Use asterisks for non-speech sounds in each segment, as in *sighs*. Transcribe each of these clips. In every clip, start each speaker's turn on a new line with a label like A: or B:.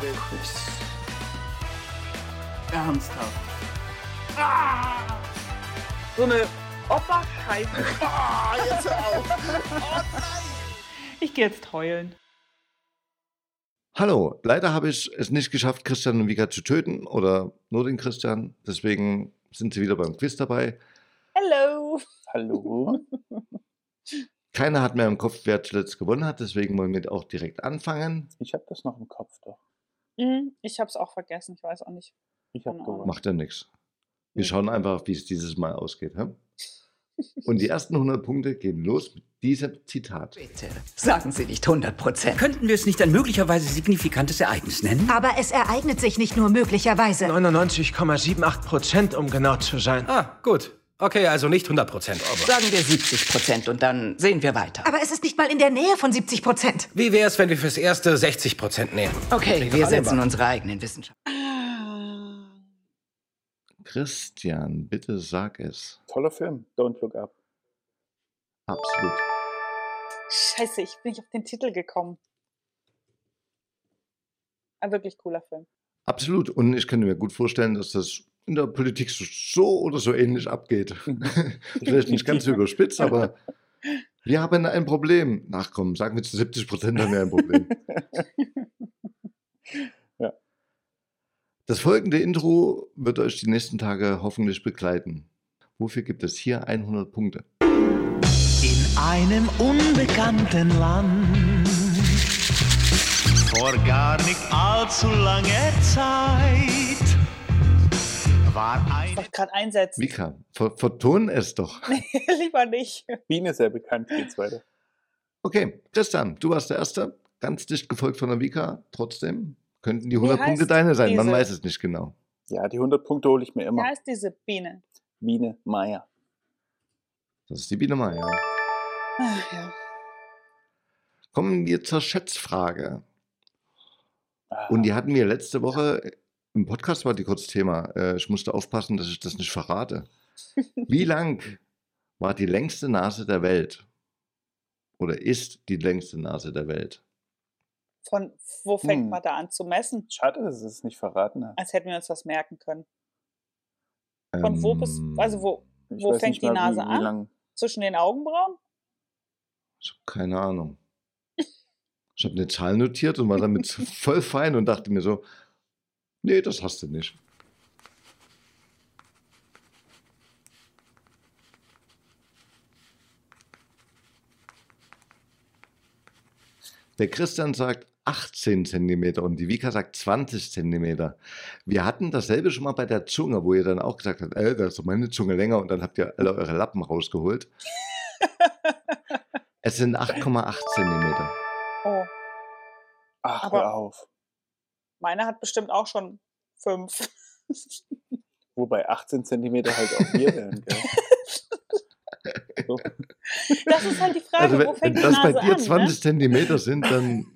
A: Business.
B: Ernsthaft.
A: Ah! So eine Opferscheiße.
C: Ah, jetzt hör auf. Oh nein.
A: Ich gehe jetzt heulen.
D: Hallo, leider habe ich es nicht geschafft, Christian und Vika zu töten oder nur den Christian. Deswegen sind sie wieder beim Quiz dabei.
E: Hello.
C: Hallo?
D: *laughs* Keiner hat mehr im Kopf, wer zuletzt gewonnen hat. Deswegen wollen wir auch direkt anfangen.
C: Ich hab das noch im Kopf doch.
E: Hm, Ich hab's auch vergessen, ich weiß auch nicht.
C: Ich hab
E: Keine
C: gewonnen.
D: Macht ja nichts. Wir
E: Nee.
D: schauen einfach, wie es dieses Mal ausgeht. Hä? Und die ersten 100 Punkte gehen los mit diesem Zitat.
F: Bitte, sagen Sie nicht 100 Prozent.
G: Könnten wir es nicht ein möglicherweise signifikantes Ereignis nennen?
H: Aber es ereignet sich nicht nur möglicherweise.
I: 99,78 Prozent, um genau zu sein.
G: Ah, gut. Okay, also nicht 100 Prozent.
F: Sagen wir 70 Prozent und dann sehen wir weiter.
H: Aber es ist nicht mal in der Nähe von 70 Prozent.
G: Wie wäre es, wenn wir fürs Erste 60 Prozent nehmen?
F: Okay, wir setzen unsere eigenen Wissenschaft.
D: Christian, bitte sag es.
C: Toller Film. Don't Look Up.
D: Absolut.
E: Scheiße, ich bin nicht auf den Titel gekommen. Ein wirklich cooler Film.
D: Absolut. Und ich könnte mir gut vorstellen, dass das in der Politik so- so oder so ähnlich abgeht. Vielleicht nicht ganz so überspitzt, aber wir haben ein Problem. Ach komm, sagen wir zu 70 Prozent haben wir ein Problem.
C: Ja.
D: Das folgende Intro wird euch die nächsten Tage hoffentlich begleiten. Wofür gibt es hier 100 Punkte?
I: In einem unbekannten Land. Vor gar nicht allzu langer Zeit war
E: Ich
I: ein
E: wollte gerade einsetzen.
D: Mika, ver vertonen es doch.
E: *laughs* Lieber nicht.
C: Biene sehr bekannt. Geht's weiter.
D: Okay, Christian, du warst der Erste, ganz dicht gefolgt von der Vika. Trotzdem könnten die 100
E: heißt
D: Punkte deine sein, man
E: diese?
D: weiß es nicht genau.
C: Ja, die 100 Punkte hole ich mir
E: Da
C: immer.
E: ist diese Biene.
C: Biene Meier.
D: Das ist die Biene Meier.
E: Ach, ja.
D: Kommen wir zur Schätzfrage.
C: Ah,
D: Und die hatten wir letzte Woche im Podcast war die kurz Thema. Äh, Ich musste aufpassen, dass ich das
E: *laughs*
D: nicht verrate. Wie lang war die längste Nase der Welt? Oder ist die längste Nase der Welt?
E: Von wo fängt
C: Hm.
E: man da an zu messen?
C: Schade, dass es nicht verraten hat.
E: Als hätten wir uns das merken können. Von wo bis,
D: Ähm,
E: also wo,
C: Ich
E: wo
C: weiß
E: fängt
C: nicht
E: die
C: mal,
E: Nase
C: wie,
E: an?
C: Wie lang?
E: zwischen den Augenbrauen?
D: Ich habe keine Ahnung. Ich habe eine Zahl notiert und war damit voll fein und dachte mir so, nee, das hast du nicht. Der Christian sagt 18 Zentimeter und die Vika sagt 20 Zentimeter. Wir hatten dasselbe schon mal bei der Zunge, wo ihr dann auch gesagt habt, ey, da ist doch meine Zunge länger und dann habt ihr alle eure Lappen rausgeholt. Es sind 8,8 Zentimeter.
E: Oh,
C: Ach,
E: Aber-
C: hör auf.
E: meine hat bestimmt auch schon
D: *laughs*
E: fünf.
C: Wobei 18 Zentimeter halt auch hier wären,
E: *laughs*
C: gell?
E: Das ist halt die Frage,
D: Also
E: wo
D: wenn, wenn
E: fängt die
D: das bei
E: Nase
D: dir
E: an?
D: 20 Zentimeter
E: *laughs*
D: sind, dann
E: ne?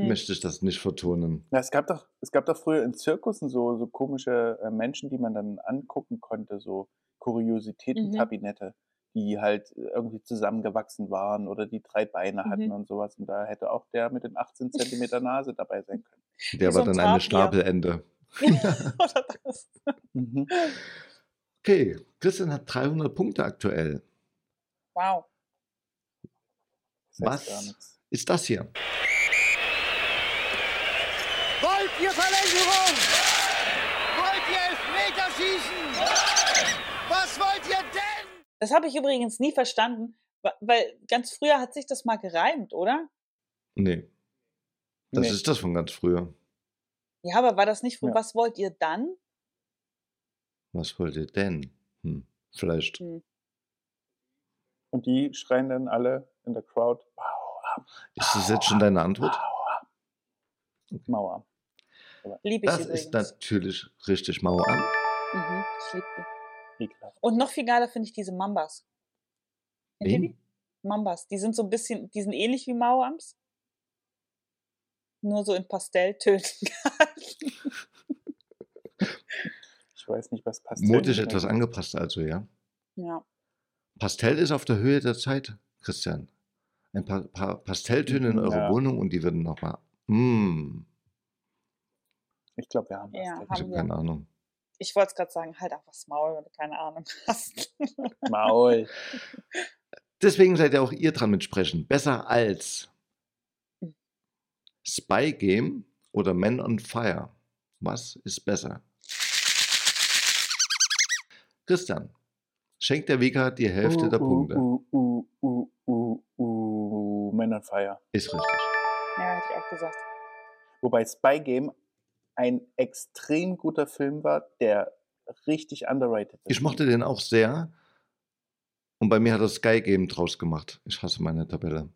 E: hm.
D: möchte ich das nicht vertonen.
C: Na, es gab doch, es gab doch früher in Zirkussen so, so komische äh, Menschen, die man dann angucken konnte,
E: Mhm.
C: so Kuriositätenkabinette, die halt äh, irgendwie zusammengewachsen waren oder die drei Beine hatten
E: Mhm.
C: und sowas. Und da hätte auch der mit den
E: *laughs*
C: 18 Zentimeter Nase dabei sein können.
D: Der
E: Wie so
D: war
E: ein
D: dann eine
E: Tapir.
D: Schnabelende.
E: *laughs* Oder das.
C: Mhm.
D: Okay, Christian hat 300 Punkte aktuell.
E: Wow.
C: Das heißt gar
D: Was?
C: nichts.
D: Ist das hier?
I: Wollt ihr Verlängerung? Wollt ihr Elfmeterschießen? Was wollt ihr denn?
E: Das habe ich übrigens nie verstanden, wa- weil ganz früher hat sich das mal gereimt, oder?
D: Nee, das
C: Nee.
D: ist das von ganz früher.
E: Ja, aber war das nicht früher?
C: Ja.
E: Was wollt ihr dann?
D: Was wollt ihr denn? Hm, vielleicht.
E: Hm.
C: und die schreien dann alle in der Crowd, wow, ab,
D: Ist das jetzt schon deine Antwort?
E: ah,
C: Mauer.
E: Lieb ich
D: Das
E: übrigens.
D: ist natürlich richtig. Mauer an.
E: mhm, ich lieb die.
C: Ekelhaft.
E: Und noch viel geiler finde ich diese Mambas. Kennt ihr
D: Wen?
E: die? Mambas. Die sind so ein bisschen, die sind ähnlich wie Mauams. Nur so in Pastelltönen *laughs* gehalten.
C: Ich weiß nicht, was passt.
D: Modisch
C: denn?
D: etwas angepasst also, ja.
E: Ja.
D: Pastell ist auf der Höhe der Zeit, Christian. Ein paar, paar Pastelltöne in eurer
C: Ja.
D: Wohnung und die werden nochmal. Mm,
C: glaube, wir haben das.
E: Ja,
C: Text.
D: Ich
E: haben
D: habe
E: wir.
D: keine Ahnung.
E: Ich wollte es gerade sagen, halt einfach das Maul, wenn du keine Ahnung *laughs* hast.
C: Maul.
D: Deswegen seid ja auch ihr dran mit Sprechen. Besser als Spy Game oder Men on Fire. Was ist besser? Christian, schenkt der Vika die Hälfte
C: Uh,
D: der
C: uh,
D: Punkte.
C: Uh, uh, uh, uh, uh, Men on Fire.
D: Ist richtig.
E: ja, hätte ich auch gesagt.
C: Wobei Spy Game ein extrem guter Film war, der richtig underrated ist.
D: Ich mochte den auch sehr. Und bei mir hat er Sky Game draus gemacht. Ich hasse meine Tabelle.
C: Oh.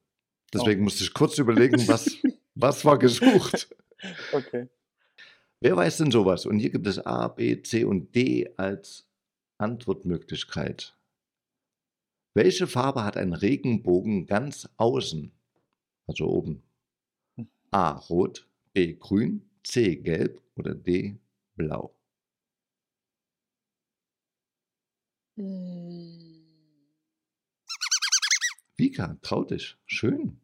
D: Deswegen musste ich kurz überlegen,
C: *laughs*
D: was, was war gesucht.
C: Okay.
D: Wer weiß denn sowas? Und hier gibt es A, B, C und D als Antwortmöglichkeit. Welche Farbe hat ein Regenbogen ganz außen? Also oben. A, rot, B, grün, C, gelb oder D, blau. Vika, trau dich. Schön.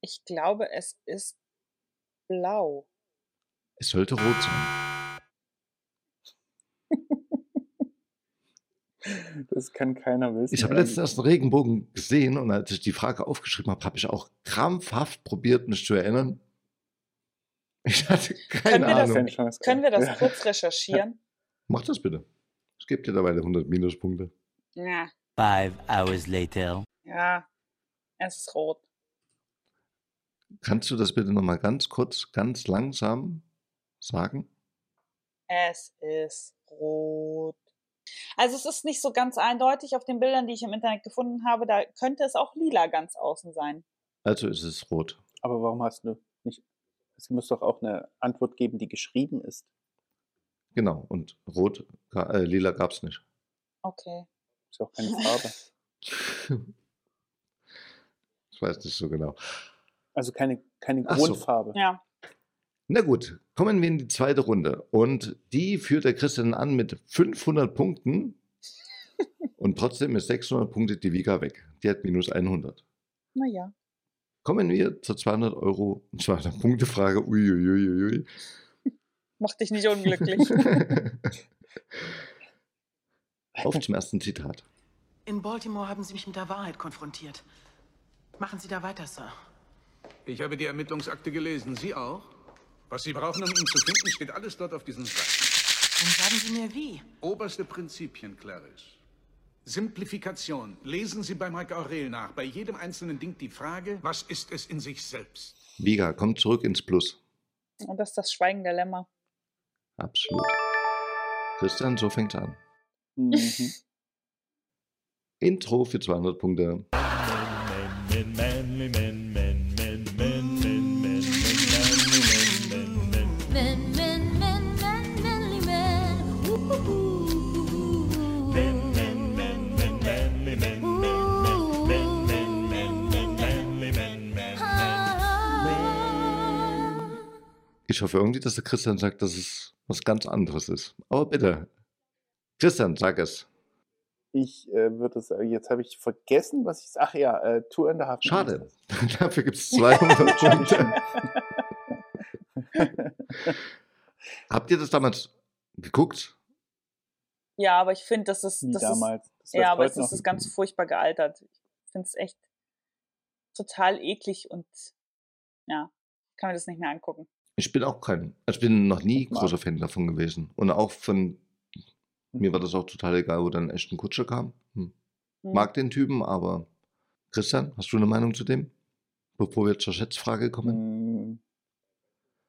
E: Ich glaube, es ist blau.
D: Es sollte rot sein.
C: Das kann keiner wissen. Ähm,
D: Ich habe letztens erst einen Regenbogen gesehen und als ich die Frage aufgeschrieben habe, habe ich auch krampfhaft probiert, mich zu erinnern. Ich hatte
E: Können
D: keine
E: wir das-
D: Ahnung.
C: Keine Chance
E: Können wir
C: *laughs*
E: das
C: gehabt.
E: kurz recherchieren?
D: Mach das bitte. Ich gebe dir dabei 100 Minuspunkte.
E: *laughs* Ja.
B: Five hours later.
E: ja, es ist rot.
D: Kannst du das bitte nochmal ganz kurz, ganz langsam sagen?
E: Es ist rot. Also es ist nicht so ganz eindeutig auf den Bildern, die ich im Internet gefunden habe. Da könnte es auch lila ganz außen sein.
D: Also ist es rot.
C: Aber warum hast du nicht. Es muss doch auch eine Antwort geben, die geschrieben ist.
D: Genau. Und rot, ga- äh, lila gab es nicht.
E: Okay.
C: Ist ja auch keine
E: *laughs*
C: Farbe.
D: ich weiß nicht so genau.
C: Also keine, keine
D: Ach so.
C: Grundfarbe.
E: Ja.
D: Na gut, kommen wir in die zweite Runde. Und die führt der Christian an mit 500 *laughs* Punkten. Und trotzdem ist 600 Punkte die Vika weg. Die hat minus 100.
E: Naja.
D: Kommen wir zur 200 Euro, 200 Punkte Frage. *laughs* Uiuiuiui.
E: Mach dich nicht *laughs* unglücklich.
D: Auf zum ersten Zitat.
J: In Baltimore haben Sie mich mit der Wahrheit konfrontiert. Machen Sie da weiter, Sir.
K: Ich habe die Ermittlungsakte gelesen. Sie auch? Was Sie brauchen, um ihn zu finden, steht alles dort auf diesen Seiten.
J: Dann sagen Sie mir wie.
K: Oberste Prinzipien, Clarice. Simplifikation. Lesen Sie bei Mike Aurel nach. Bei jedem einzelnen Ding die Frage, was ist es in sich selbst?
D: Vika, komm zurück ins Plus.
E: Und das ist das Schweigen der Lämmer.
D: Absolut. Christian, so fängt's an.
C: Mhm.
D: Intro für 200 Punkte. Ich hoffe irgendwie, dass der Christian sagt, dass es was ganz anderes ist. Aber bitte. Christian, sag es. *laughs*
C: Ich äh, würde es. Jetzt habe ich vergessen, was ich. Ach ja, äh, Two and a Half. Men ist *laughs*
D: Schade.
C: das.
D: Dafür gibt es 200 Punkte. Habt ihr das damals geguckt?
E: Ja, aber ich finde, das ist.
C: Wie
E: Hm, Das ist
C: damals. Das läuft
E: ja, aber
C: heute
E: es ist,
C: noch.
E: ist ganz furchtbar gealtert. Ich finde es echt total eklig und ja, kann mir das nicht mehr angucken.
D: Ich bin auch kein, also ich bin noch nie
C: Ich mag.
D: großer Fan davon gewesen. Und auch von, mir war das auch total egal, wo dann echt ein Kutscher kam.
E: Hm.
D: Hm. Mag den Typen, aber Christian, hast du eine Meinung zu dem? Bevor wir zur Schätzfrage kommen?
C: Mm.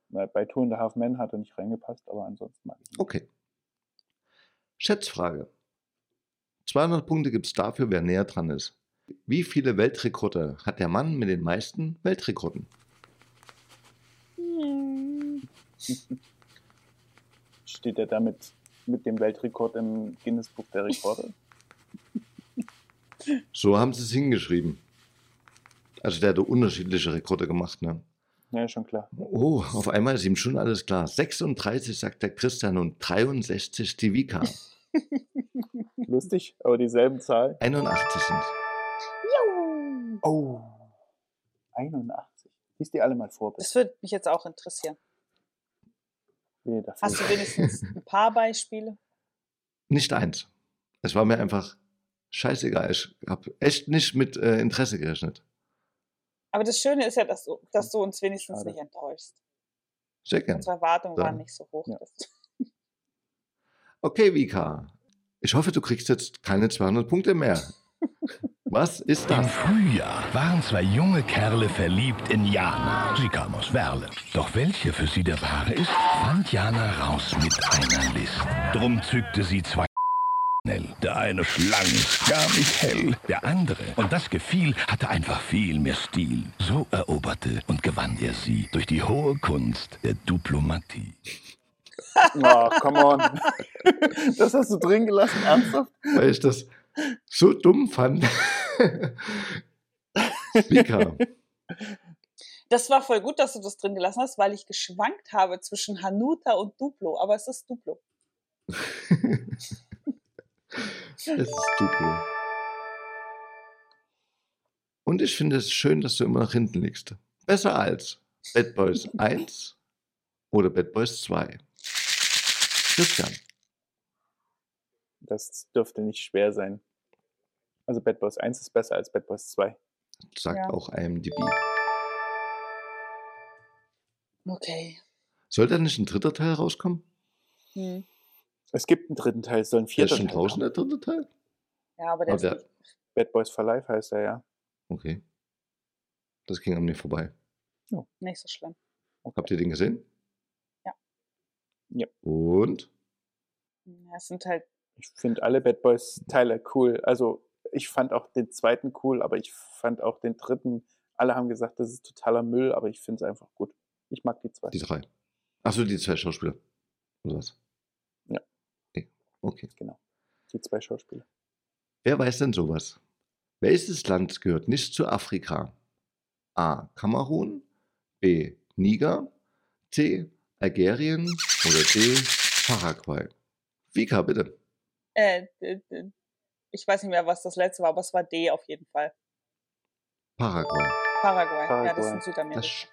C: Na, Bei Two and a Half Men hat er nicht reingepasst, aber ansonsten mag ich ihn.
D: Okay. Schätzfrage. 200 Punkte gibt es dafür, wer näher dran ist. Wie viele Weltrekorde hat der Mann mit den meisten Weltrekorden?
C: *laughs* Steht er damit mit dem Weltrekord im Guinness Buch der Rekorde?
D: So haben sie es hingeschrieben. Also der hat unterschiedliche Rekorde gemacht, ne?
C: ja, schon klar.
D: Oh, auf einmal ist ihm schon alles klar. 36 sagt der Christian und 63 die Vika.
C: Lustig, aber dieselben Zahl.
D: 81 sind.
C: Oh. 81. Lies die alle mal vor. bitte.
E: Das würde mich jetzt auch interessieren.
C: Nee, das
E: Hast du
D: *laughs*
C: nicht.
E: wenigstens ein paar Beispiele?
D: Nicht eins. Es war mir einfach scheißegal. Ich habe echt nicht mit äh, Interesse gerechnet.
E: Aber das Schöne ist ja, dass du, dass du uns wenigstens nicht enttäuschst.
D: Sehr gern.
E: Unsere Erwartungen waren
D: Dann-
E: nicht so hoch. Das-
D: Okay, Vika. Ich hoffe, du kriegst jetzt keine 200 Punkte mehr. Was ist das?
L: Im Frühjahr waren zwei junge Kerle verliebt in Jana. Sie kam aus Werle. Doch welche für sie der wahre ist, fand Jana raus mit einer List. Drum zückte sie zwei schnell. Der eine schlang, gar nicht hell. Der andere, und das gefiel, hatte einfach viel mehr Stil. So eroberte und gewann er sie durch die hohe Kunst der Diplomatie.
C: Oh, come on. *laughs* Das hast du drin gelassen, ernsthaft?
D: Weil ich das so dumm fand. Vika.
E: Das war voll gut, dass du das drin gelassen hast, weil ich geschwankt habe zwischen Hanuta und Duplo. Aber es ist Duplo.
D: Es ist Duplo. Und ich finde es schön, dass du immer nach hinten liegst. Besser als Bad Boys 1 oder Bad Boys 2. Christian.
C: Das dürfte nicht schwer sein. Also Bad Boys 1 ist besser als Bad Boys 2.
D: sagt
E: Ja.
D: auch IMDb.
E: Okay.
D: Soll da nicht ein dritter Teil rauskommen?
E: Hm.
C: Es gibt einen dritten Teil, es soll ein
D: Der
C: vierter
D: ist schon
C: Teil
D: draußen, der
C: kommen.
D: dritte Teil?
E: Ja, aber der
D: Aber
E: ist nicht.
D: der,
C: Bad Boys for Life heißt er, ja.
D: okay. Das ging an mir vorbei.
E: Nicht so schlimm.
D: Habt ihr den gesehen?
E: Ja.
C: Ja.
D: Und?
E: Ja, es sind halt.
C: Ich finde alle Bad Boys Teile cool. Also ich fand auch den zweiten cool, aber ich fand auch den dritten. Alle haben gesagt, das ist totaler Müll, aber ich finde es einfach gut. Ich mag die zwei.
D: Die drei. Achso, die zwei Schauspieler. Oder was?
C: Ja.
D: Okay. okay.
C: Genau. Die zwei Schauspieler.
D: Wer weiß denn sowas? Welches Land gehört nicht zu Afrika? A. Kamerun, B. Niger, C. Algerien oder D. Paraguay. Vika, bitte.
E: Äh, d- d- ich weiß nicht mehr, was das letzte war, aber es war D auf jeden Fall.
D: Paraguay.
E: Paraguay. Ja, das ist in
D: Paraguay.
E: Südamerika.
D: Das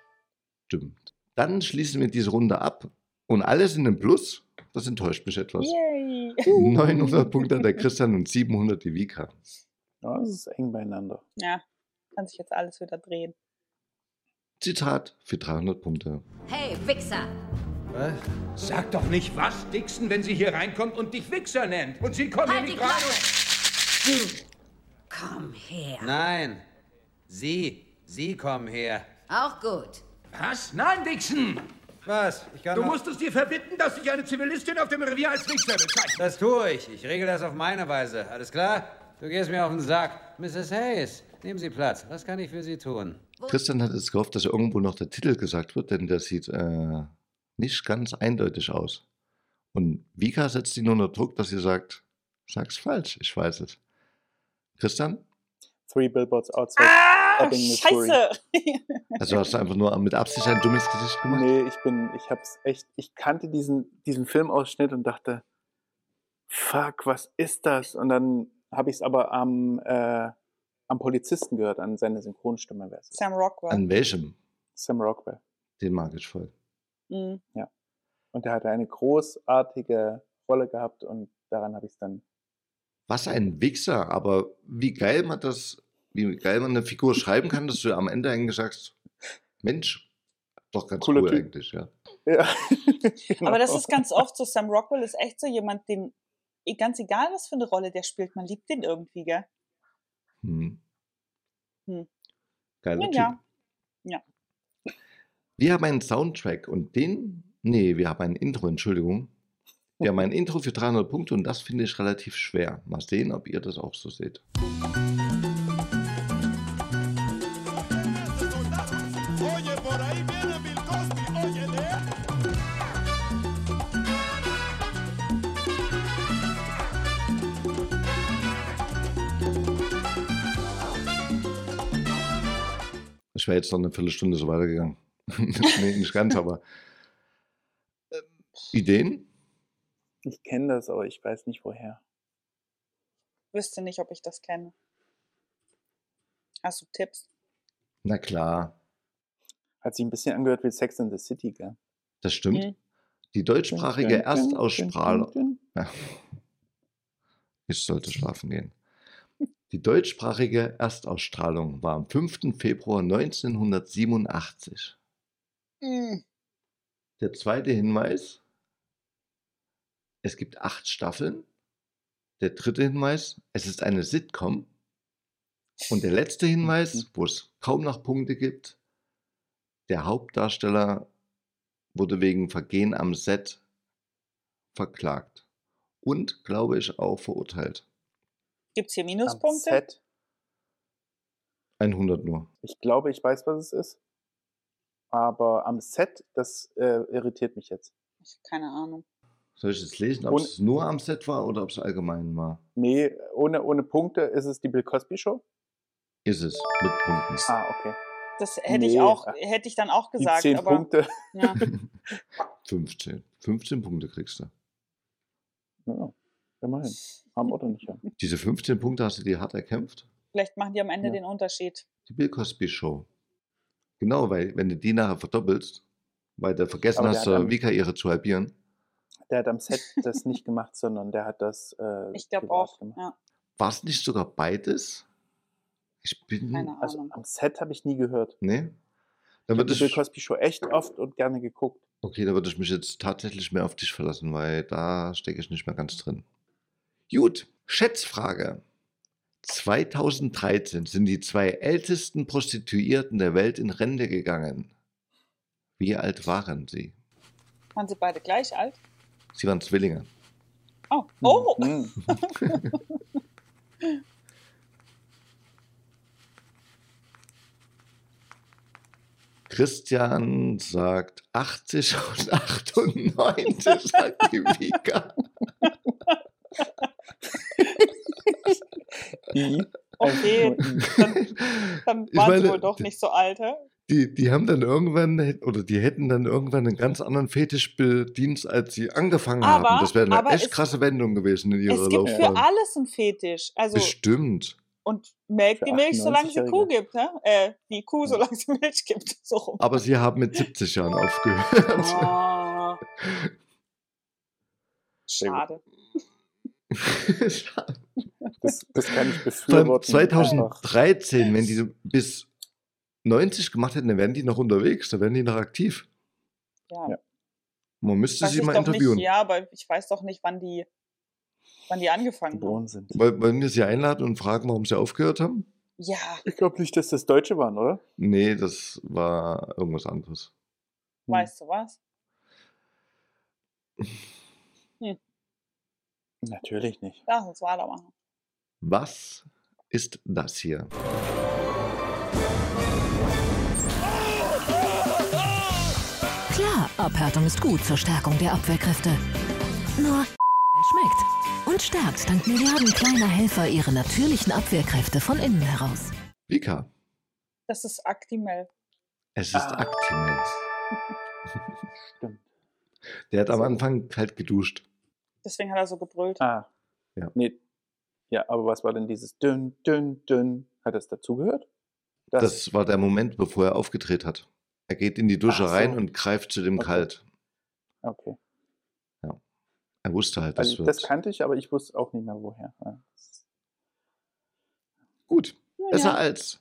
D: stimmt. Dann schließen wir diese Runde ab und alle sind im Plus. Das enttäuscht mich etwas. *laughs*
E: Yay.
D: 900 Punkte hat der Christian und 700 die Vika.
C: Ja, das ist eng beieinander.
E: Ja, kann sich jetzt alles wieder drehen.
D: Zitat für 300 Punkte.
M: Hey, Wichser!
G: Was? Sag doch nicht was, Dixon, wenn sie hier reinkommt und dich Wichser nennt. Und sie kommt
M: Halt
G: hier nicht
M: die
G: rein
M: Klappe!
G: und...
M: Komm her.
N: Nein. Sie. Sie kommen her.
M: Auch gut.
G: Was? Nein, Dixon!
N: Was? Ich kann
G: Du
N: doch-
G: musst es dir verbitten, dass sich eine Zivilistin auf dem Revier als Wichser bezeichnet.
N: Das tue ich. Ich regel das auf meine Weise. Alles klar? Du gehst mir auf den Sack. Mrs. Hayes, nehmen Sie Platz. Was kann ich für Sie tun?
D: Christian hat jetzt gehofft, dass irgendwo noch der Titel gesagt wird, denn der sieht äh, nicht ganz eindeutig aus. Und Vika setzt ihn unter Druck, dass sie sagt, sag's falsch, ich weiß es. Christian,
C: Three Billboards Outside
E: Ah!
C: Ebbing, Missouri.
E: Scheiße! *laughs*
D: also hast du einfach nur mit Absicht ein dummes Gesicht gemacht?
C: Nee, ich bin, ich hab's echt, ich kannte diesen, diesen Filmausschnitt und dachte, fuck, was ist das? Und dann habe ich es aber am, äh, am Polizisten gehört, an seine Synchronstimme. Wär's.
E: Sam Rockwell.
D: An welchem?
C: Sam Rockwell.
D: Den mag ich voll.
E: Mhm.
C: Ja. Und der hatte eine großartige Rolle gehabt und daran habe ich es dann. *laughs*
D: Was ein Wichser, aber wie geil man das, wie geil man eine
C: *laughs*
D: Figur schreiben kann, dass du am Ende eigentlich sagst, Mensch, doch ganz
C: Cooler
D: cool
C: Typ.
D: eigentlich, ja.
C: Ja. genau.
E: Aber das ist
C: *laughs*
E: ganz oft so. Sam Rockwell ist echt so jemand, den, ganz egal was für eine Rolle der spielt, man liebt den irgendwie, gell?
D: Hm.
E: Hm.
D: Geiler Typ.
E: Ja. ja.
D: Wir haben einen Soundtrack und den, nee, wir haben ein Intro, Entschuldigung. Wir haben ein Intro für 300 Punkte und das finde ich relativ schwer. Mal sehen, ob ihr das auch so seht. Ich wäre jetzt noch eine Viertelstunde so weitergegangen. *laughs* nee, nicht ganz, aber ähm, Ideen?
C: Ich kenne das, aber ich weiß nicht woher.
E: Wüsste nicht, ob ich das kenne. Hast du Tipps?
D: Na klar,
C: Hat sich ein bisschen angehört wie Sex in the City, gell?
D: das stimmt.
E: Mhm.
D: Die deutschsprachige Erstaussprache. Ja. Ich sollte schlafen gehen. Die deutschsprachige Erstausstrahlung war am 5. Februar 1987.
C: Mm.
E: Mhm.
D: Der zweite Hinweis, es gibt acht Staffeln. Der dritte Hinweis, es ist eine Sitcom. Und der letzte
C: Mhm.
D: Hinweis, wo es kaum noch Punkte gibt, der Hauptdarsteller wurde wegen Vergehen am Set verklagt und, glaube ich, auch verurteilt.
E: Gibt es hier Minuspunkte?
C: Am Set.
D: 100 nur.
C: Ich glaube, ich weiß, was es ist. Aber am Set, das äh, irritiert mich jetzt.
E: Ich hab keine Ahnung.
D: Soll ich jetzt lesen, ob
C: Und-
D: es nur am Set war oder ob es allgemein war?
C: Nee, ohne, ohne Punkte ist es die Bill Cosby Show.
D: Ist es mit Punkten. *laughs*
C: Ah, okay.
E: Das hätte
C: Nee. äh,
E: ich auch, hätte ich dann auch gesagt.
C: die zehn
E: aber,
C: Punkte.
E: Ja.
D: 15. 15 Punkte kriegst du.
C: Ja, immerhin. Haben oder nicht. Ja.
D: Diese 15 Punkte hast du dir hart erkämpft?
E: Vielleicht machen die am Ende
C: Ja.
E: den Unterschied.
D: Die Bill Cosby Show. Genau, weil wenn du die nachher verdoppelst, weil du vergessen
C: Aber der
D: hast,
C: hat am-
D: äh, Vika-Ehre zu halbieren.
C: Der hat am Set das nicht gemacht, sondern der hat das. Äh,
E: Ich glaube
C: privat
E: auch.
C: gemacht.
E: Ja.
D: War es nicht sogar beides? Ich bin.
E: Keine
C: Also
E: Ahnung.
C: am Set habe ich nie gehört.
D: Nee?
C: Ich
D: Dann
C: habe
D: würde
C: die Bill
D: ich,
C: Cosby Show echt oft und gerne geguckt.
D: okay, dann würde ich mich jetzt tatsächlich mehr auf dich verlassen, weil da stecke ich nicht mehr ganz drin. Gut, Schätzfrage. 2013 sind die zwei ältesten Prostituierten der Welt in Rente gegangen. Wie alt waren sie?
C: äh,
E: Waren sie beide gleich alt?
D: Sie waren Zwillinge.
C: Mhm.
E: Oh, oh.
C: Hm,
D: Christian sagt 80 und *laughs* 98, sagt die Vika.
E: *laughs*
C: I. also
E: okay. Dann, dann waren
D: Ich
E: sie
D: meine,
E: wohl doch nicht so alt. hä?
D: Die, die haben dann irgendwann, oder die hätten dann irgendwann einen ganz anderen Fetisch bedient, als sie angefangen
E: Aber-
D: haben. Das wäre eine
E: aber
D: echt
E: es-
D: krasse Wendung gewesen in ihrer
E: Es gibt für
D: Laufbahn.
E: alles einen Fetisch. Also,
D: Bestimmt.
E: und melkt
C: Für
E: die Milch, solange sie
C: 98-Jährige.
E: Kuh gibt. Ne? Äh, die Kuh, solange sie Milch gibt. *laughs* So
D: *laughs*
E: rum.
D: Aber sie haben mit 70 Jahren aufgehört.
E: Oh.
D: *laughs*
E: Schade.
C: Das, das kann ich
D: Vor allem
C: befürworten.
D: 2013, wenn die bis 90 gemacht hätten, dann wären die noch unterwegs, dann wären die noch aktiv.
E: Ja.
C: Ja.
D: Man müsste
E: Weiß
D: sie
E: ich
D: mal
E: doch
D: interviewen.
E: Nicht, ja, aber ich weiß doch nicht, wann die, wann die angefangen haben.
C: geboren sind.
D: Woll- Wollen wir sie einladen und fragen, warum sie aufgehört haben?
E: Ja,
C: Ich glaube nicht, dass das Deutsche waren, oder?
D: Nee, das war irgendwas anderes.
E: weißt du was?
C: Natürlich nicht.
E: Lass uns weitermachen.
D: Was ist das hier?
O: Klar, Abhärtung ist gut zur Stärkung der Abwehrkräfte. Nur *laughs* schmeckt. Und stärkt dank Milliarden kleiner Helfer ihre natürlichen Abwehrkräfte von innen heraus.
D: Vika,
E: Das ist Actimel.
D: es ist
C: Ah.
D: Actimel.
C: Stimmt.
D: Der hat am Anfang kalt geduscht.
E: Deswegen hat er so gebrüllt.
C: Ah.
D: Ja.
C: Nee. Ja, aber was war denn dieses dünn, dünn, dünn? Hat das dazugehört?
D: Das, war der Moment, bevor er aufgedreht hat. Er geht in die Dusche
C: Ach so.
D: rein und greift zu dem
C: Okay.
D: Kalt.
C: Okay.
D: Er wusste halt, das
C: Also
D: wird.
C: das kannte ich, aber ich wusste auch nicht mehr woher. Ah, Ja.
D: Gut.
E: Ja,
D: Besser
E: ja.
D: als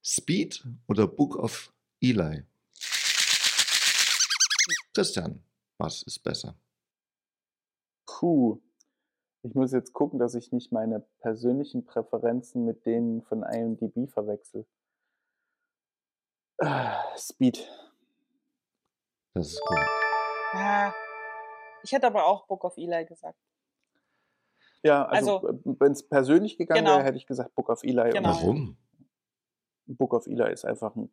D: Speed oder Book of Eli. Christian, was ist besser?
C: Puh. Ich muss jetzt gucken, dass ich nicht meine persönlichen Präferenzen mit denen von IMDb verwechsel. *sighs* Ah, Speed.
D: Das ist korrekt.
E: Ja. Ich hätte aber auch Book of Eli gesagt.
C: Ja, also, wenn es persönlich gegangen
E: Genau.
C: wäre, hätte ich gesagt Book of Eli.
E: Genau.
C: Und
D: Warum?
C: Book of Eli ist einfach ein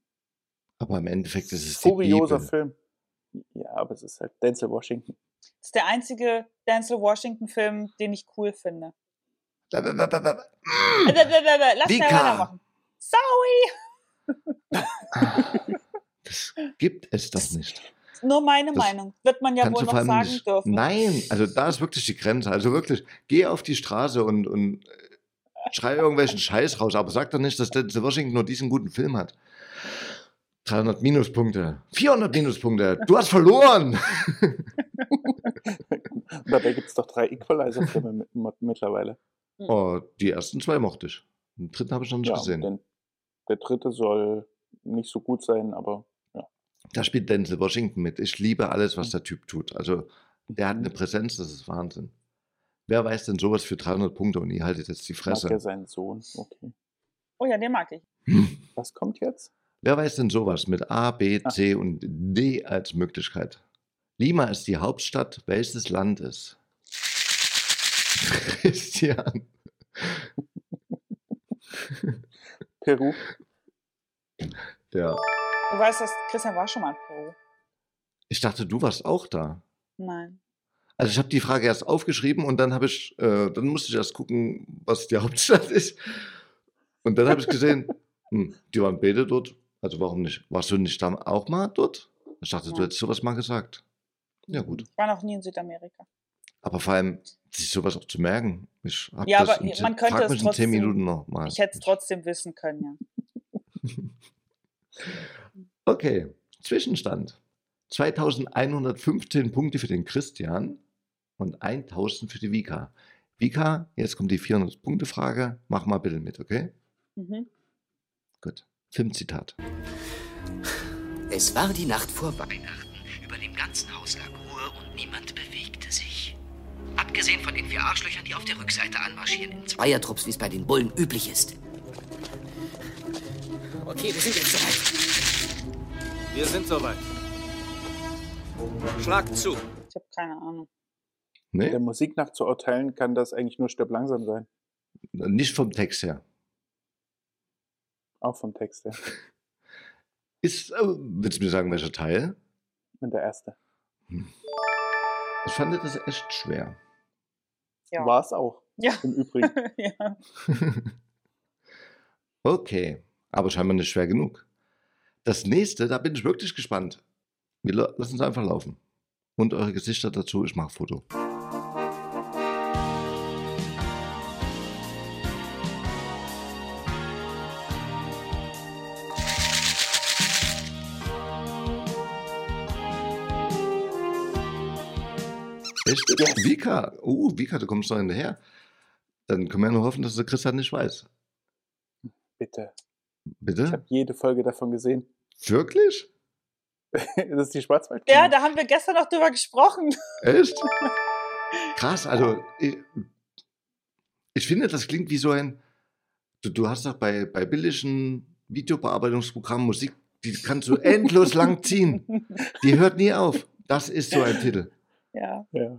D: Aber im Endeffekt ist es
C: furioser
D: die Bibel.
C: Film. Ja, aber es ist halt Denzel Washington. *laughs*
E: Das ist der einzige Denzel Washington-Film, den ich cool finde.
D: Da, da, da, da, da.
E: Äh, äh, äh, äh, Lass
D: Vika.
E: schnell weitermachen. Sorry!
D: Das gibt es doch nicht.
E: Nur meine
D: Das
E: Meinung. Wird man ja
D: Kannst
E: wohl
D: du
E: noch
D: vor allem
E: sagen
D: nicht,
E: dürfen.
D: Nein, also da ist wirklich die Grenze. Also wirklich, geh auf die Straße und, und äh, schrei irgendwelchen Scheiß raus, aber sag doch nicht, dass Denzel Washington nur diesen guten Film hat. 300 Minuspunkte, 400 Minuspunkte, du hast verloren.
C: Dabei gibt es doch drei Equalizer-Filme mit- mit- mittlerweile.
D: Oh, die ersten zwei mochte ich. Den dritten habe ich noch nicht
C: Ja,
D: gesehen.
C: denn der dritte soll nicht so gut sein, aber
D: Da spielt Denzel Washington mit. Ich liebe alles, was der Typ tut. Also, der hat eine Präsenz, das ist Wahnsinn. Wer weiß denn sowas für 300 Punkte und ihr haltet jetzt die
C: mag
D: Fresse?
C: ja sein Sohn. Okay.
E: Oh ja, den mag ich.
D: Hm.
C: Was kommt jetzt?
D: Wer weiß denn sowas mit A, B, C und D als Möglichkeit? Lima ist die Hauptstadt welches Landes? *laughs* Christian.
C: Peru.
D: Ja.
E: Du weißt, dass Christian war schon mal in Peru.
D: Ich dachte, du warst auch da.
E: Nein.
D: Also ich habe die Frage erst aufgeschrieben und dann habe ich, äh, dann musste ich erst gucken, was die *laughs* Hauptstadt ist. Und dann habe ich gesehen, hm, die waren beide dort. Also warum nicht? Warst du nicht dann auch mal dort? Ich dachte, du
E: Ja.
D: hättest sowas mal gesagt. Ja gut.
E: Ich war noch nie in Südamerika.
D: Aber vor allem, sich sowas auch zu merken. Ich hab
E: ja,
D: das
E: aber
D: in, zehn-
E: man könnte
D: frag
E: es
D: mich
E: trotzdem.
D: in 10 Minuten nochmal.
E: Ich hätte es trotzdem wissen können, ja.
D: Okay, Zwischenstand. 2115 Punkte für den Christian und 1000 für die Vika. Vika, jetzt kommt die 400-Punkte-Frage. Mach mal bitte mit, okay?
E: Mhm.
D: Gut. Filmzitat.
F: Es war die Nacht vor Weihnachten. Über dem ganzen Haus lag Ruhe und niemand bewegte sich. Abgesehen von den vier Arschlöchern, die auf der Rückseite anmarschieren in Zweiertrupps, wie es bei den Bullen üblich ist.
I: Okay, wir sind jetzt soweit.
P: Wir sind soweit. Schlag zu.
E: Ich habe keine Ahnung. *laughs*
D: Nee?
C: Der Musik nach zu urteilen, kann das eigentlich nur stirb langsam sein.
D: Nicht vom Text her.
C: Auch vom Text her.
D: Ist, äh, willst du mir sagen, welcher Teil?
C: Und der erste.
D: Ich fand das echt schwer. *laughs*
E: Ja.
C: War es auch.
E: Ja.
C: Im
E: *laughs*
C: Übrigen.
E: ja.
D: Okay, aber scheinbar nicht schwer genug. Das nächste, da bin ich wirklich gespannt. Wir la- lassen es einfach laufen. Und eure Gesichter dazu, ich mache ein Foto. Echt? Vika, oh, Vika, du kommst noch hinterher. Dann können wir nur hoffen, dass der Christian nicht weiß.
C: Bitte. Ich
D: Bitte?
C: habe jede Folge davon gesehen. *laughs*
D: Wirklich?
C: das ist die Schwarzwald.
E: ja, da haben wir gestern noch drüber
D: *laughs*
E: gesprochen.
D: Echt? Krass, also ich, ich finde, das klingt wie so ein. Du, du hast doch bei, bei billigen Videobearbeitungsprogrammen Musik, die kannst du endlos lang ziehen. Die hört nie auf. Das ist so ein Titel.
E: Ja.
C: Ja.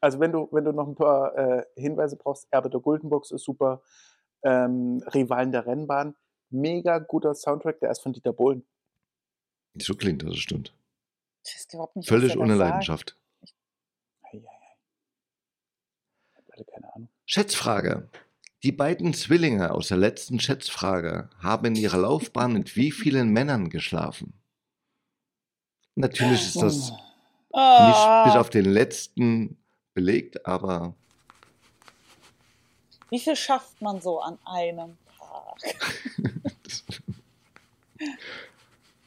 C: Also wenn du, wenn du noch ein paar äh, Hinweise brauchst, Erbe der Guldenbox ist super. Ähm, Rivalen der Rennbahn, mega guter Soundtrack, der ist von Dieter Bohlen.
D: So klingt das, das stimmt.
E: Ich weiß überhaupt nicht, was
D: Völlig
E: der da
D: ohne
E: sagt.
D: Leidenschaft.
C: Alle keine Ahnung.
D: Schätzfrage. Die beiden Zwillinge aus der letzten Schätzfrage haben in ihrer Laufbahn mit wie vielen Männern geschlafen? Natürlich ist das nicht
E: Ah.
D: bis auf den letzten belegt, aber
E: Wie viel schafft man so an einem
D: *laughs*
E: Tag?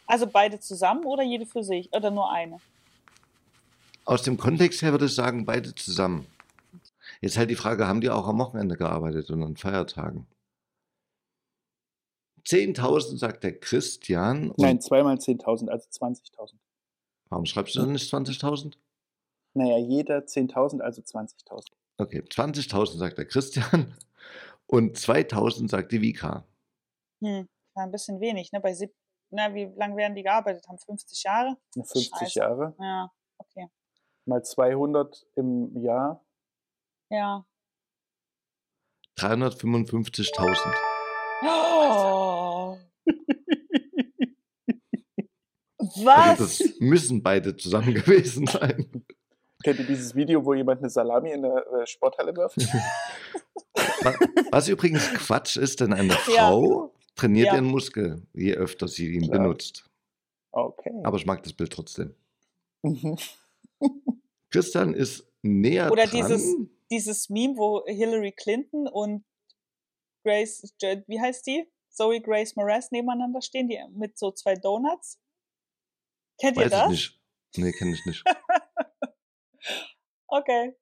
E: also beide zusammen oder jede für sich? Oder nur eine?
D: aus dem Kontext her würde ich sagen, beide zusammen. Jetzt halt die Frage, haben die auch am Wochenende gearbeitet und an Feiertagen? 10.000 sagt der Christian. Und
C: Nein, zweimal 10.000, also 20.000.
D: Warum schreibst du denn nicht 20.000?
C: Naja, jeder 10.000, also 20.000.
D: Okay, 20.000 sagt der Christian und 2.000 sagt die Vika.
E: Hm, war ein bisschen wenig, ne? Bei sieb na, wie lange werden die gearbeitet haben? 50 Jahre?
C: Na, 50
E: Scheiße.
C: Ne, Jahre.
E: Ja, okay.
C: Mal 200 im Jahr.
E: Ja.
D: 355.000.
E: Oh.
D: Also
E: Was?
D: das müssen beide zusammen *laughs* gewesen sein.
C: Kennt ihr dieses Video, wo jemand eine Salami in der äh, Sporthalle wirft?
D: Wa- Was übrigens Quatsch ist, denn eine
C: Ja.
D: Frau trainiert
C: Ja.
D: ihren Muskel, je öfter sie ihn benutzt.
C: Okay. Mhm.
D: Aber ich mag das Bild trotzdem. Christian ist näher
E: Oder
D: dran.
E: dieses, dieses Meme, wo Hillary Clinton und Grace, J- wie heißt die? Zoe Grace Moretz nebeneinander stehen, die mit so zwei Donuts. Kennt ihr
D: Weiß ich
E: das? *laughs*
D: nicht. Nee, kenne ich nicht.
E: Okay.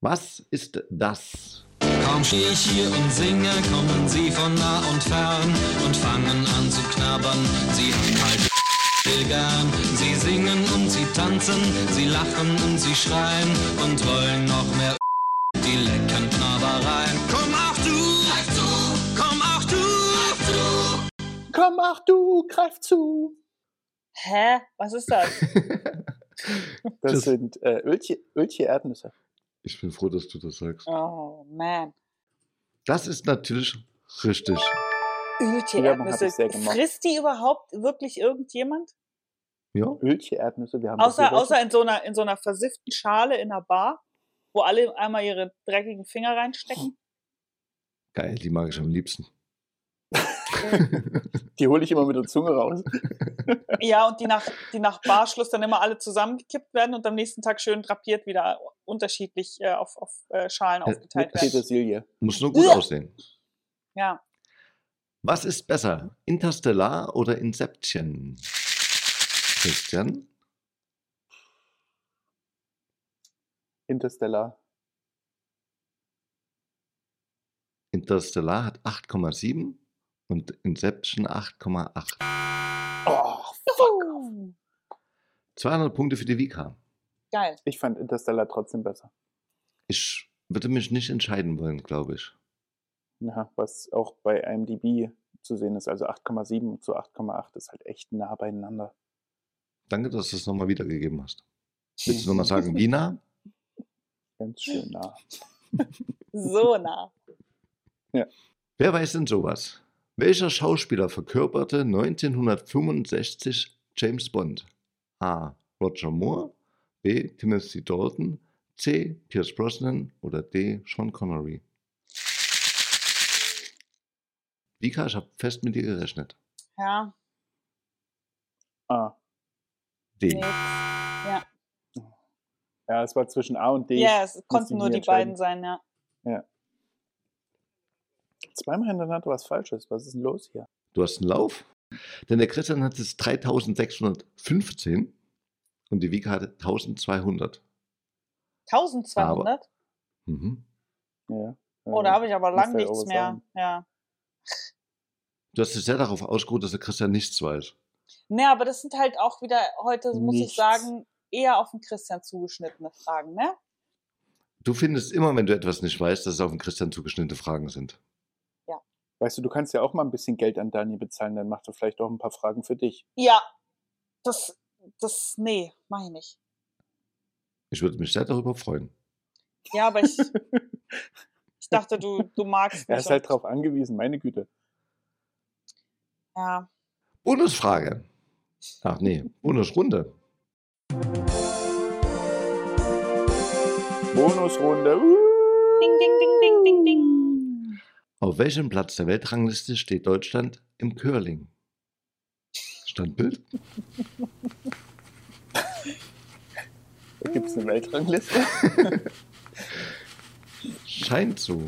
D: Was ist das? *laughs*
Q: Kaum steh ich hier und singe, kommen sie von nah und fern und fangen an zu knabbern. Sie haben halt vegan. Sie singen und sie tanzen, sie lachen und sie schreien und wollen noch mehr die leckeren Knabbereien. Komm auch du, greif zu, komm auch du, greif zu.
C: Komm, ach du, greif zu.
E: Hä? Was ist das?
D: *laughs*
C: Das, sind äh, Öltje, Öltje Erdnüsse.
D: Ich bin froh, dass du das sagst.
E: Oh, man.
D: Das ist natürlich richtig.
E: Öltje
C: Die Werbung hab
E: Erdnüsse.
C: ich sehr gemacht.
E: Frisst die überhaupt wirklich irgendjemand?
D: Ja.
C: Öltje Erdnüsse, wir haben das
E: Außer,
C: hier
E: außer in, so einer, in so einer versifften Schale in einer Bar, wo alle einmal ihre dreckigen Finger
C: *laughs*
E: reinstecken.
D: Geil, die mag ich am liebsten. *laughs*
C: Die hole ich immer mit der
E: *laughs*
C: Zunge raus.
E: Ja, und die nach, die nach Barschluss dann immer alle zusammengekippt werden und am nächsten Tag schön drapiert wieder unterschiedlich äh, auf, auf äh, Schalen aufgeteilt
C: Mit
E: werden.
C: Petersilie.
D: Muss nur gut
E: Ja.
D: aussehen.
E: Ja.
D: Was ist besser? Interstellar oder Inception? Christian?
C: Interstellar.
D: Interstellar hat 8,7 und Inception 8,8.
C: Oh,
E: Juhu.
D: 200 Punkte für die Vika.
E: Geil.
C: ich fand Interstellar trotzdem besser.
D: Ich würde mich nicht entscheiden wollen, glaube ich.
C: Ja, was auch bei IMDb zu sehen ist. Also 8,7 zu 8,8 ist halt echt nah beieinander.
D: Danke, dass du es nochmal wiedergegeben hast. Willst du nochmal sagen, wie nah?
C: *laughs* Ganz schön nah.
E: So nah.
D: Wer weiß denn sowas? Welcher Schauspieler verkörperte 1965 James Bond? A. Roger Moore, B. Timothy Dalton, C. Pierce Brosnan oder D. Sean Connery? Vika, ich habe fest mit dir gerechnet.
E: Ja.
C: Ah,
D: D.
E: Nee. Ja.
C: ja, es war zwischen A und D.
E: ja,
C: Ich
E: es
C: musste
E: konnten
C: mich
E: nur die
C: entscheiden.
E: beiden sein, ja.
C: Zweimal hintereinander was Falsches. Was ist denn los hier?
D: Du hast einen Lauf. Denn der Christian hat jetzt 3615 und die Vika hatte 1200.
E: 1200?
D: Mhm.
C: Ja.
E: oh, da habe ich aber
C: muss
E: lang
C: ja
E: nichts
C: irgendwas
E: mehr.
C: sagen.
E: Ja.
D: Du hast dich sehr darauf ausgeruht, dass der Christian nichts weiß.
E: Nee, aber das sind halt auch wieder heute, muss ich
D: Nichts.
E: sagen, eher auf den Christian zugeschnittene Fragen, ne?
D: Du findest immer, wenn du etwas nicht weißt, dass es auf den Christian zugeschnittene Fragen sind.
C: Weißt du, du kannst ja auch mal ein bisschen Geld an Daniel bezahlen, dann macht er vielleicht auch ein paar Fragen für dich.
E: Ja. Das, das, nee, mach ich nicht.
D: Ich würde mich sehr darüber freuen.
E: Ja, aber
C: *laughs*
E: ich, ich dachte, du, du magst
C: Er
E: mich.
C: ist halt
E: und-
C: drauf angewiesen, meine Güte.
E: ja.
D: Bonusfrage. Ach nee, Bonusrunde.
C: Bonusrunde. Uh,
E: Ding, ding, ding, ding, ding, ding.
D: Auf welchem Platz der Weltrangliste steht Deutschland im Curling? Standbild?
C: da gibt es eine Weltrangliste.
D: Scheint so.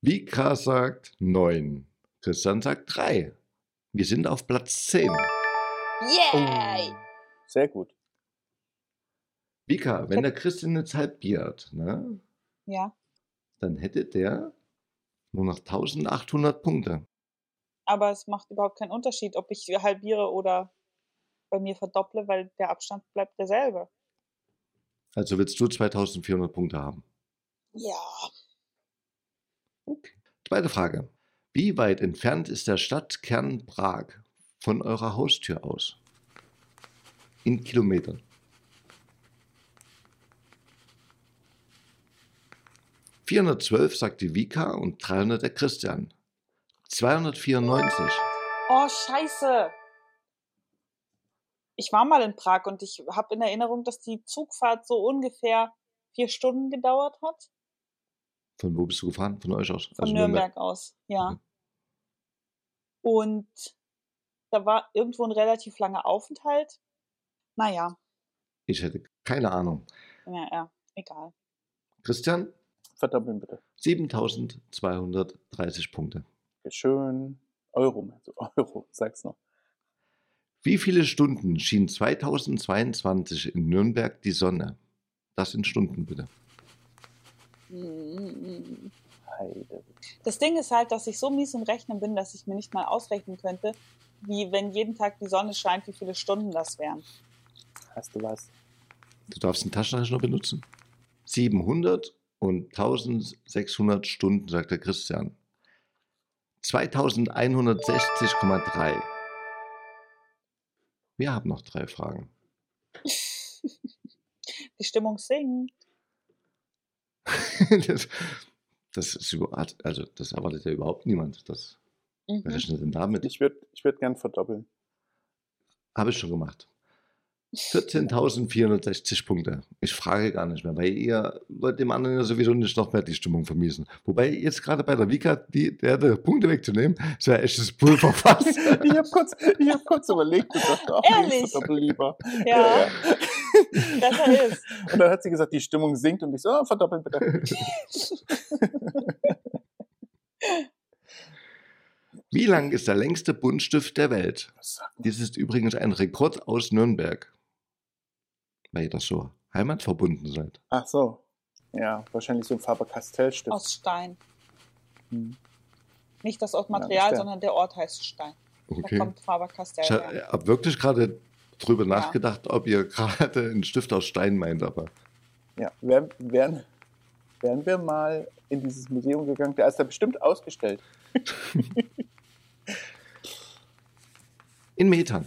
D: Vika sagt 9. Christian sagt 3. Wir sind auf Platz 10.
E: Yay!
C: Oh. Sehr gut.
D: Vika, wenn der Christian jetzt halbiert, ne,
E: Ja.
D: dann hätte der nur noch 1800 Punkte.
E: Aber es macht überhaupt keinen Unterschied, ob ich halbiere oder bei mir verdopple, weil der Abstand bleibt derselbe.
D: Also willst du 2400 Punkte haben.
E: Ja.
D: Zweite Frage. Wie weit entfernt ist der Stadtkern Prag von eurer Haustür aus? In Kilometern. »412« sagt die Vika und »300« der Christian. »294«
E: Oh, scheiße. Ich war mal in Prag und ich habe in Erinnerung, dass die Zugfahrt so ungefähr vier Stunden gedauert hat.
D: Von wo bist du gefahren? Von euch aus?
E: Von Nürnberg aus, ja. Und da war irgendwo ein relativ langer Aufenthalt. Naja,
D: Ich hätte keine Ahnung.
E: ja, ja, egal.
D: Christian,
C: Verdoppeln bitte.
D: 7230 Punkte.
C: Schön. Euro, meinst du? *laughs* Euro, sag's noch.
D: Wie viele Stunden schien 2022 in Nürnberg die Sonne? Das in Stunden, bitte.
E: Das Ding ist halt, dass ich so mies im Rechnen bin, dass ich mir nicht mal ausrechnen könnte, wie wenn jeden Tag die Sonne scheint, wie viele Stunden das wären.
C: Hast du was?
D: Du darfst den Taschenrechner benutzen. 700 und 1600 Stunden, sagt der Christian. 2160,3. Wir haben noch drei Fragen. *laughs*
E: Die Stimmung sinkt.
D: das, das, ist, über- also, das erwartet ja überhaupt niemand. Das,
E: Mhm.
D: Wer rechnet denn damit?
C: Ich würde ich würd gern verdoppeln.
D: Habe ich schon gemacht. 14.460 Punkte. Ich frage gar nicht mehr, weil ihr wollt dem anderen ja sowieso nicht noch mehr die Stimmung vermiesen. Wobei jetzt gerade bei der Vika, die, der, der Punkte wegzunehmen, ist ja
E: *laughs*
D: echtes Pulverfass.
C: Ich habe kurz, ich hab kurz überlegt, ich dachte, ach, nee,
E: Ehrlich?
C: ich verdoppel lieber.
E: Ja. Besser ist.
C: Und dann hat sie gesagt, die Stimmung sinkt und ich so, ah, verdoppeln bitte.
D: Wie lang ist der längste Buntstift der Welt? Dies ist übrigens ein Rekord aus Nürnberg. Weil ihr das so heimatverbunden seid.
C: Ach so. Ja, wahrscheinlich so ein Faber-Castell-Stift.
E: Aus Stein.
C: Hm.
E: Nicht das aus
C: Ja,
E: Material,
C: Stein.
E: sondern der Ort heißt Stein.
D: Okay.
E: Da kommt Faber-Castell
D: Ich
E: her.
D: habe wirklich gerade drüber
E: Ja.
D: nachgedacht, ob ihr *laughs* gerade einen Stift aus Stein meint, aber
C: Ja, wären, wären, wären wir mal in dieses Museum gegangen, da ist da bestimmt ausgestellt.
D: in Metern.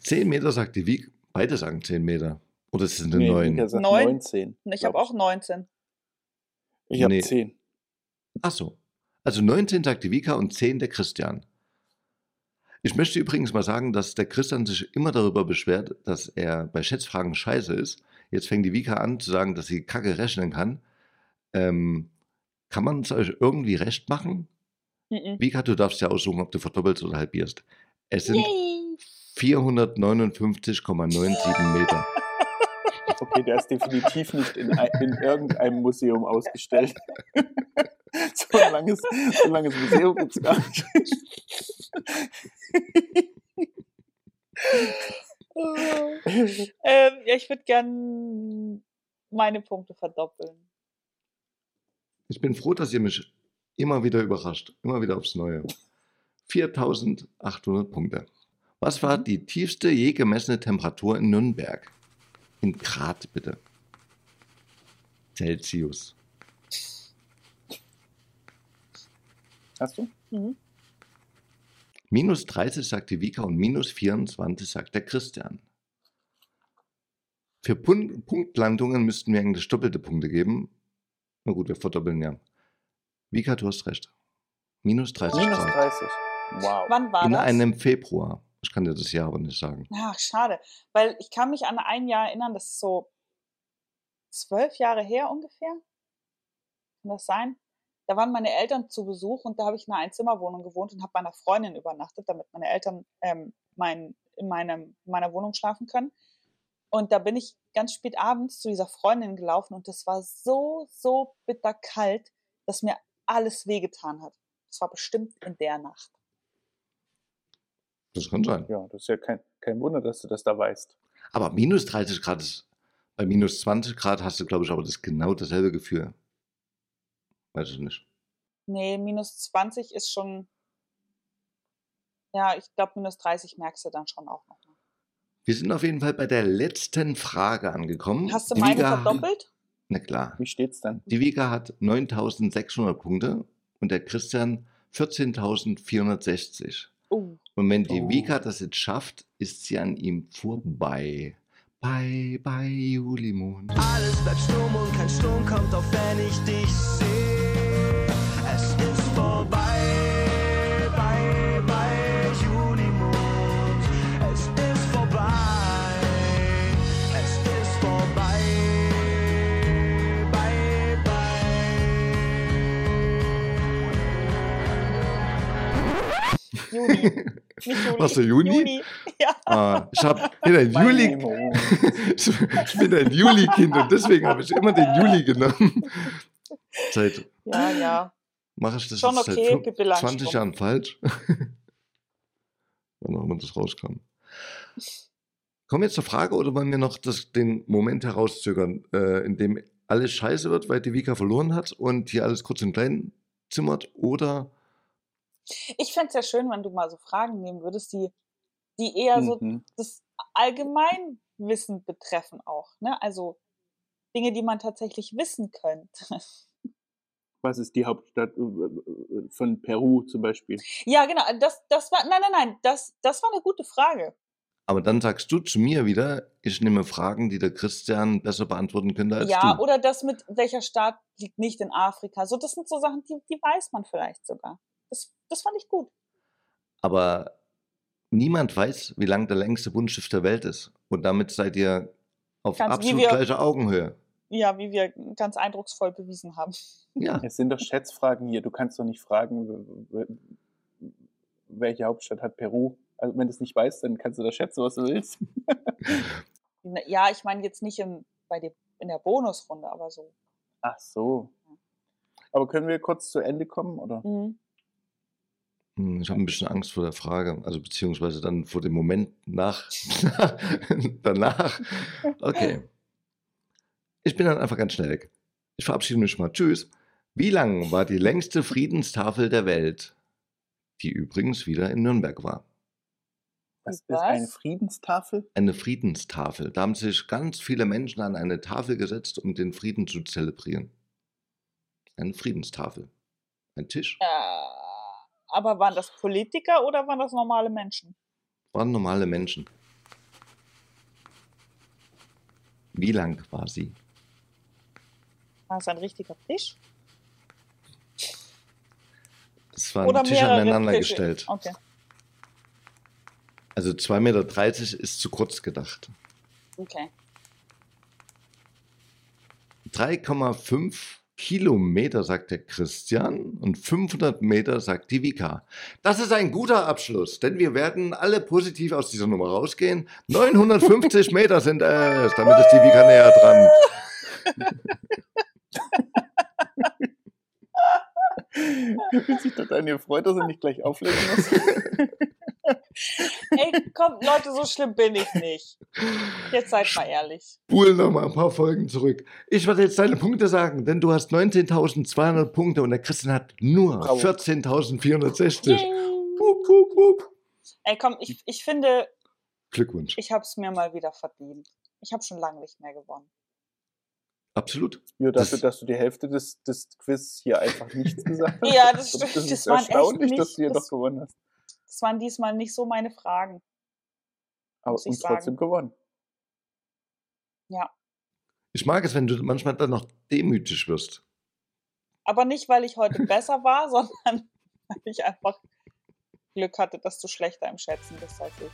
D: 10 Meter sagt die Wieg. Beide sagen 10 Meter. Oder es sind
C: Nee,
D: neun.
C: Vika sagt
E: Neun?
C: 19.
E: Ich habe auch 19.
C: Ich habe
D: Nee.
C: 10.
D: Ach so. Also 19 sagt die Vika und 10 der Christian. Ich möchte übrigens mal sagen, dass der Christian sich immer darüber beschwert, dass er bei Schätzfragen scheiße ist. Jetzt fängt die Vika an zu sagen, dass sie Kacke rechnen kann. Ähm, kann man es euch irgendwie recht machen?
E: Mhm.
D: Vika, du darfst ja aussuchen, ob du verdoppelst oder halbierst. Es sind
E: Yay.
D: 459,97 Meter.
C: Okay, der ist definitiv nicht in, ein- in irgendeinem Museum ausgestellt. so, ein langes, so ein langes Museum gibt es gar nicht.
E: *laughs* ähm, ja, ich würde gern meine Punkte verdoppeln.
D: Ich bin froh, dass ihr mich immer wieder überrascht, immer wieder aufs Neue. 4800 Punkte. Was war die tiefste je gemessene Temperatur in Nürnberg? In Grad bitte. Celsius.
C: Hast du?
E: Mhm.
D: Minus 30 sagt die Vika und minus 24 sagt der Christian. Für Pun Punktlandungen müssten wir eigentlich doppelte Punkte geben. Na gut, wir verdoppeln ja. Vika, du hast recht. Minus 30
C: Minus
D: Grad.
C: 30. Wow.
E: Wann war
D: In
E: das?
D: einem Februar. Ich kann dir das Jahr aber nicht sagen.
E: Ach, schade. Weil ich kann mich an ein Jahr erinnern, das ist so zwölf Jahre her ungefähr. Kann das sein? Da waren meine Eltern zu Besuch und da habe ich in einer Einzimmerwohnung gewohnt und habe bei einer Freundin übernachtet, damit meine Eltern ähm, mein, in, meinem, in meiner Wohnung schlafen können. Und da bin ich ganz spät abends zu dieser Freundin gelaufen und das war so, so bitterkalt, dass mir alles wehgetan hat. Das war bestimmt in der Nacht.
D: Das kann sein.
C: Ja, das ist ja kein, kein Wunder, dass du das da weißt.
D: Aber minus 30 Grad ist. Bei minus 20 Grad hast du, glaube ich, aber das genau dasselbe Gefühl. Weiß ich nicht.
E: Nee, minus 20 ist schon. Ja, ich glaube, minus 30 merkst du dann schon auch noch.
D: Wir sind auf jeden Fall bei der letzten Frage angekommen.
E: Hast du
D: Hm, Die
E: meine
D: Vika-
E: verdoppelt?
D: Na klar.
C: Wie steht's dann?
D: Die Vika hat 9600 Punkte und der Christian 14460.
E: Oh.
D: Und wenn die Vika das jetzt schafft, ist sie an ihm vorbei. Bye, bye,
E: *laughs*
D: Julimond.
I: Alles bleibt stumm und kein Sturm kommt auf, wenn ich dich sehe. Es ist vorbei, bye, bye, Junimond. Es ist vorbei, es ist vorbei, bye, bye.
E: Juni. Nicht Juli.
D: Was, der Juni?
E: Juni. Ja.
D: Ah, ich, hab, bin ein Juli, *laughs* ich bin ein Juli-Kind und deswegen habe ich immer den Juli genommen. Seit, *laughs*
E: ja, ja.
D: mache ich das
E: Schon
D: jetzt
E: okay,
D: seit
E: Pippi
D: fünf- 20
E: Langstrumpf.
D: Jahren *laughs* falsch? Wann auch immer das rauskam. Kommen wir jetzt zur Frage oder wollen wir noch das, den Moment herauszögern, äh, in dem alles scheiße wird, weil die Vika verloren hat und hier alles kurz und klein zimmert? Oder
E: Ich fände es ja schön, wenn du mal so Fragen nehmen würdest, die, die eher so
D: Mhm.
E: das Allgemeinwissen betreffen auch. Ne? Also Dinge, die man tatsächlich wissen könnte. *laughs*
C: Was ist die Hauptstadt äh, äh, von Peru zum Beispiel?
E: ja, genau. Das, das war, nein, nein, nein, das, das war eine gute Frage.
D: aber dann sagst du zu mir wieder, ich nehme Fragen, die der Christian besser beantworten könnte als
E: ja,
D: du.
E: oder das mit welcher Staat liegt nicht in Afrika. So, das sind so Sachen, die, die weiß man vielleicht sogar. Das, das fand ich gut.
D: Aber niemand weiß, wie lang der längste Buntschiff der Welt ist. Und damit seid ihr auf
E: Ganz wie
D: absolut
E: wir-
D: gleicher Augenhöhe.
E: Ja, wie wir ganz eindrucksvoll bewiesen haben.
D: Ja.
C: Es sind doch Schätzfragen hier. Du kannst doch nicht fragen, w- w- welche Hauptstadt hat Peru. Also wenn du es nicht weißt, dann kannst du da schätzen, was du willst.
E: Na, Ja, ich meine jetzt nicht im, bei dem, in der Bonusrunde, aber so.
C: Ach so. Aber können wir kurz zu Ende kommen, oder?
D: Mhm. Hm, Ich habe ein bisschen Angst vor der Frage, also beziehungsweise dann vor dem Moment nach, *laughs* danach. Okay. Ich bin dann einfach ganz schnell weg. Ich verabschiede mich mal. Tschüss. Wie lang war die längste Friedenstafel der Welt? Die übrigens wieder in Nürnberg war.
C: Was, ist eine Friedenstafel? *laughs*
D: Eine Friedenstafel. Da haben sich ganz viele Menschen an eine Tafel gesetzt, um den Frieden zu zelebrieren. Eine Friedenstafel. Ein Tisch.
E: Äh, aber waren das Politiker oder waren das normale Menschen?
D: Waren normale Menschen. Wie lang war sie?
E: War es ein richtiger Tisch?
D: Das war
E: oder
D: ein Tisch
E: mehrere
D: aneinander
E: Tische?
D: gestellt.
E: Okay.
D: Also 2,30 Meter ist zu kurz gedacht.
E: okay.
D: 3,5 Kilometer, sagt der Christian, und 500 Meter, sagt die Vika. Das ist ein guter Abschluss, denn wir werden alle positiv aus dieser Nummer rausgehen. 950 Meter sind es, damit ist die Vika näher dran.
C: Wie sich das an dir freut, dass er nicht gleich auflegen
E: *laughs*
C: muss.
E: Ey, komm, Leute, so schlimm bin ich nicht. Jetzt seid mal ehrlich.
D: Spul noch mal ein paar Folgen zurück. Ich werde jetzt deine Punkte sagen, denn du hast 19.200 Punkte und der Christian hat nur 14.460. Pup, pup, pup.
E: Ey, komm, ich, ich finde,
D: Glückwunsch.
E: ich hab's mir mal wieder verdient. Ich habe schon lange nicht mehr gewonnen.
D: Absolut.
C: Ja, dafür, dass du die Hälfte des, des Quiz hier einfach nichts gesagt hast.
E: Ja, das stimmt.
C: Das ist
E: Das waren echt
C: erstaunlich, dass
E: nicht-
C: du hier
E: das-
C: doch gewonnen hast.
E: Das waren diesmal nicht so meine Fragen.
C: Aber
E: ich
C: und trotzdem
E: sagen.
C: gewonnen.
E: Ja.
D: Ich mag es, wenn du manchmal dann noch demütig wirst.
E: Aber nicht, weil ich heute besser war, sondern *laughs* weil ich einfach Glück hatte, dass du schlechter im Schätzen bist als ich.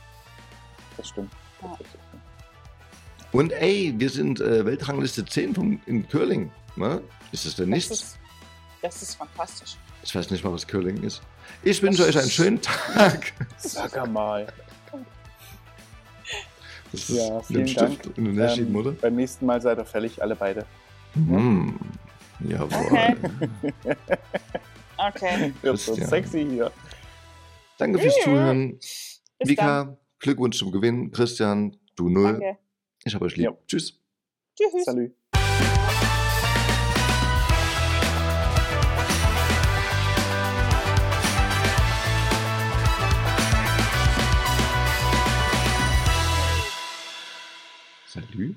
C: Das stimmt.
E: Ja.
D: Und ey, wir sind äh, Weltrangliste 10 vom, in Curling. Ne? Ist das denn nichts?
E: Das ist, das ist fantastisch.
D: Ich weiß nicht mal, was Curling ist. Ich wünsche euch einen schönen Tag.
C: Sag mal.
D: Das ist
C: Ja,
D: mit
C: vielen
D: dem Stift
C: Dank. Ähm,
D: und den Herschieben, oder?
C: Beim nächsten Mal seid ihr fällig, alle beide.
D: Mm. Jawohl.
E: Okay.
C: *laughs*
E: Okay.
C: Wird so
D: Christian.
C: sexy hier.
D: Danke fürs
C: Ja.
D: Zuhören.
E: Bis
D: Vika, Glückwunsch zum Gewinn. Christian, du null.
E: Danke.
D: Ich habe euch lieb.
C: Ja.
D: Tschüss.
E: Tschüss.
C: Salü.
D: Salut.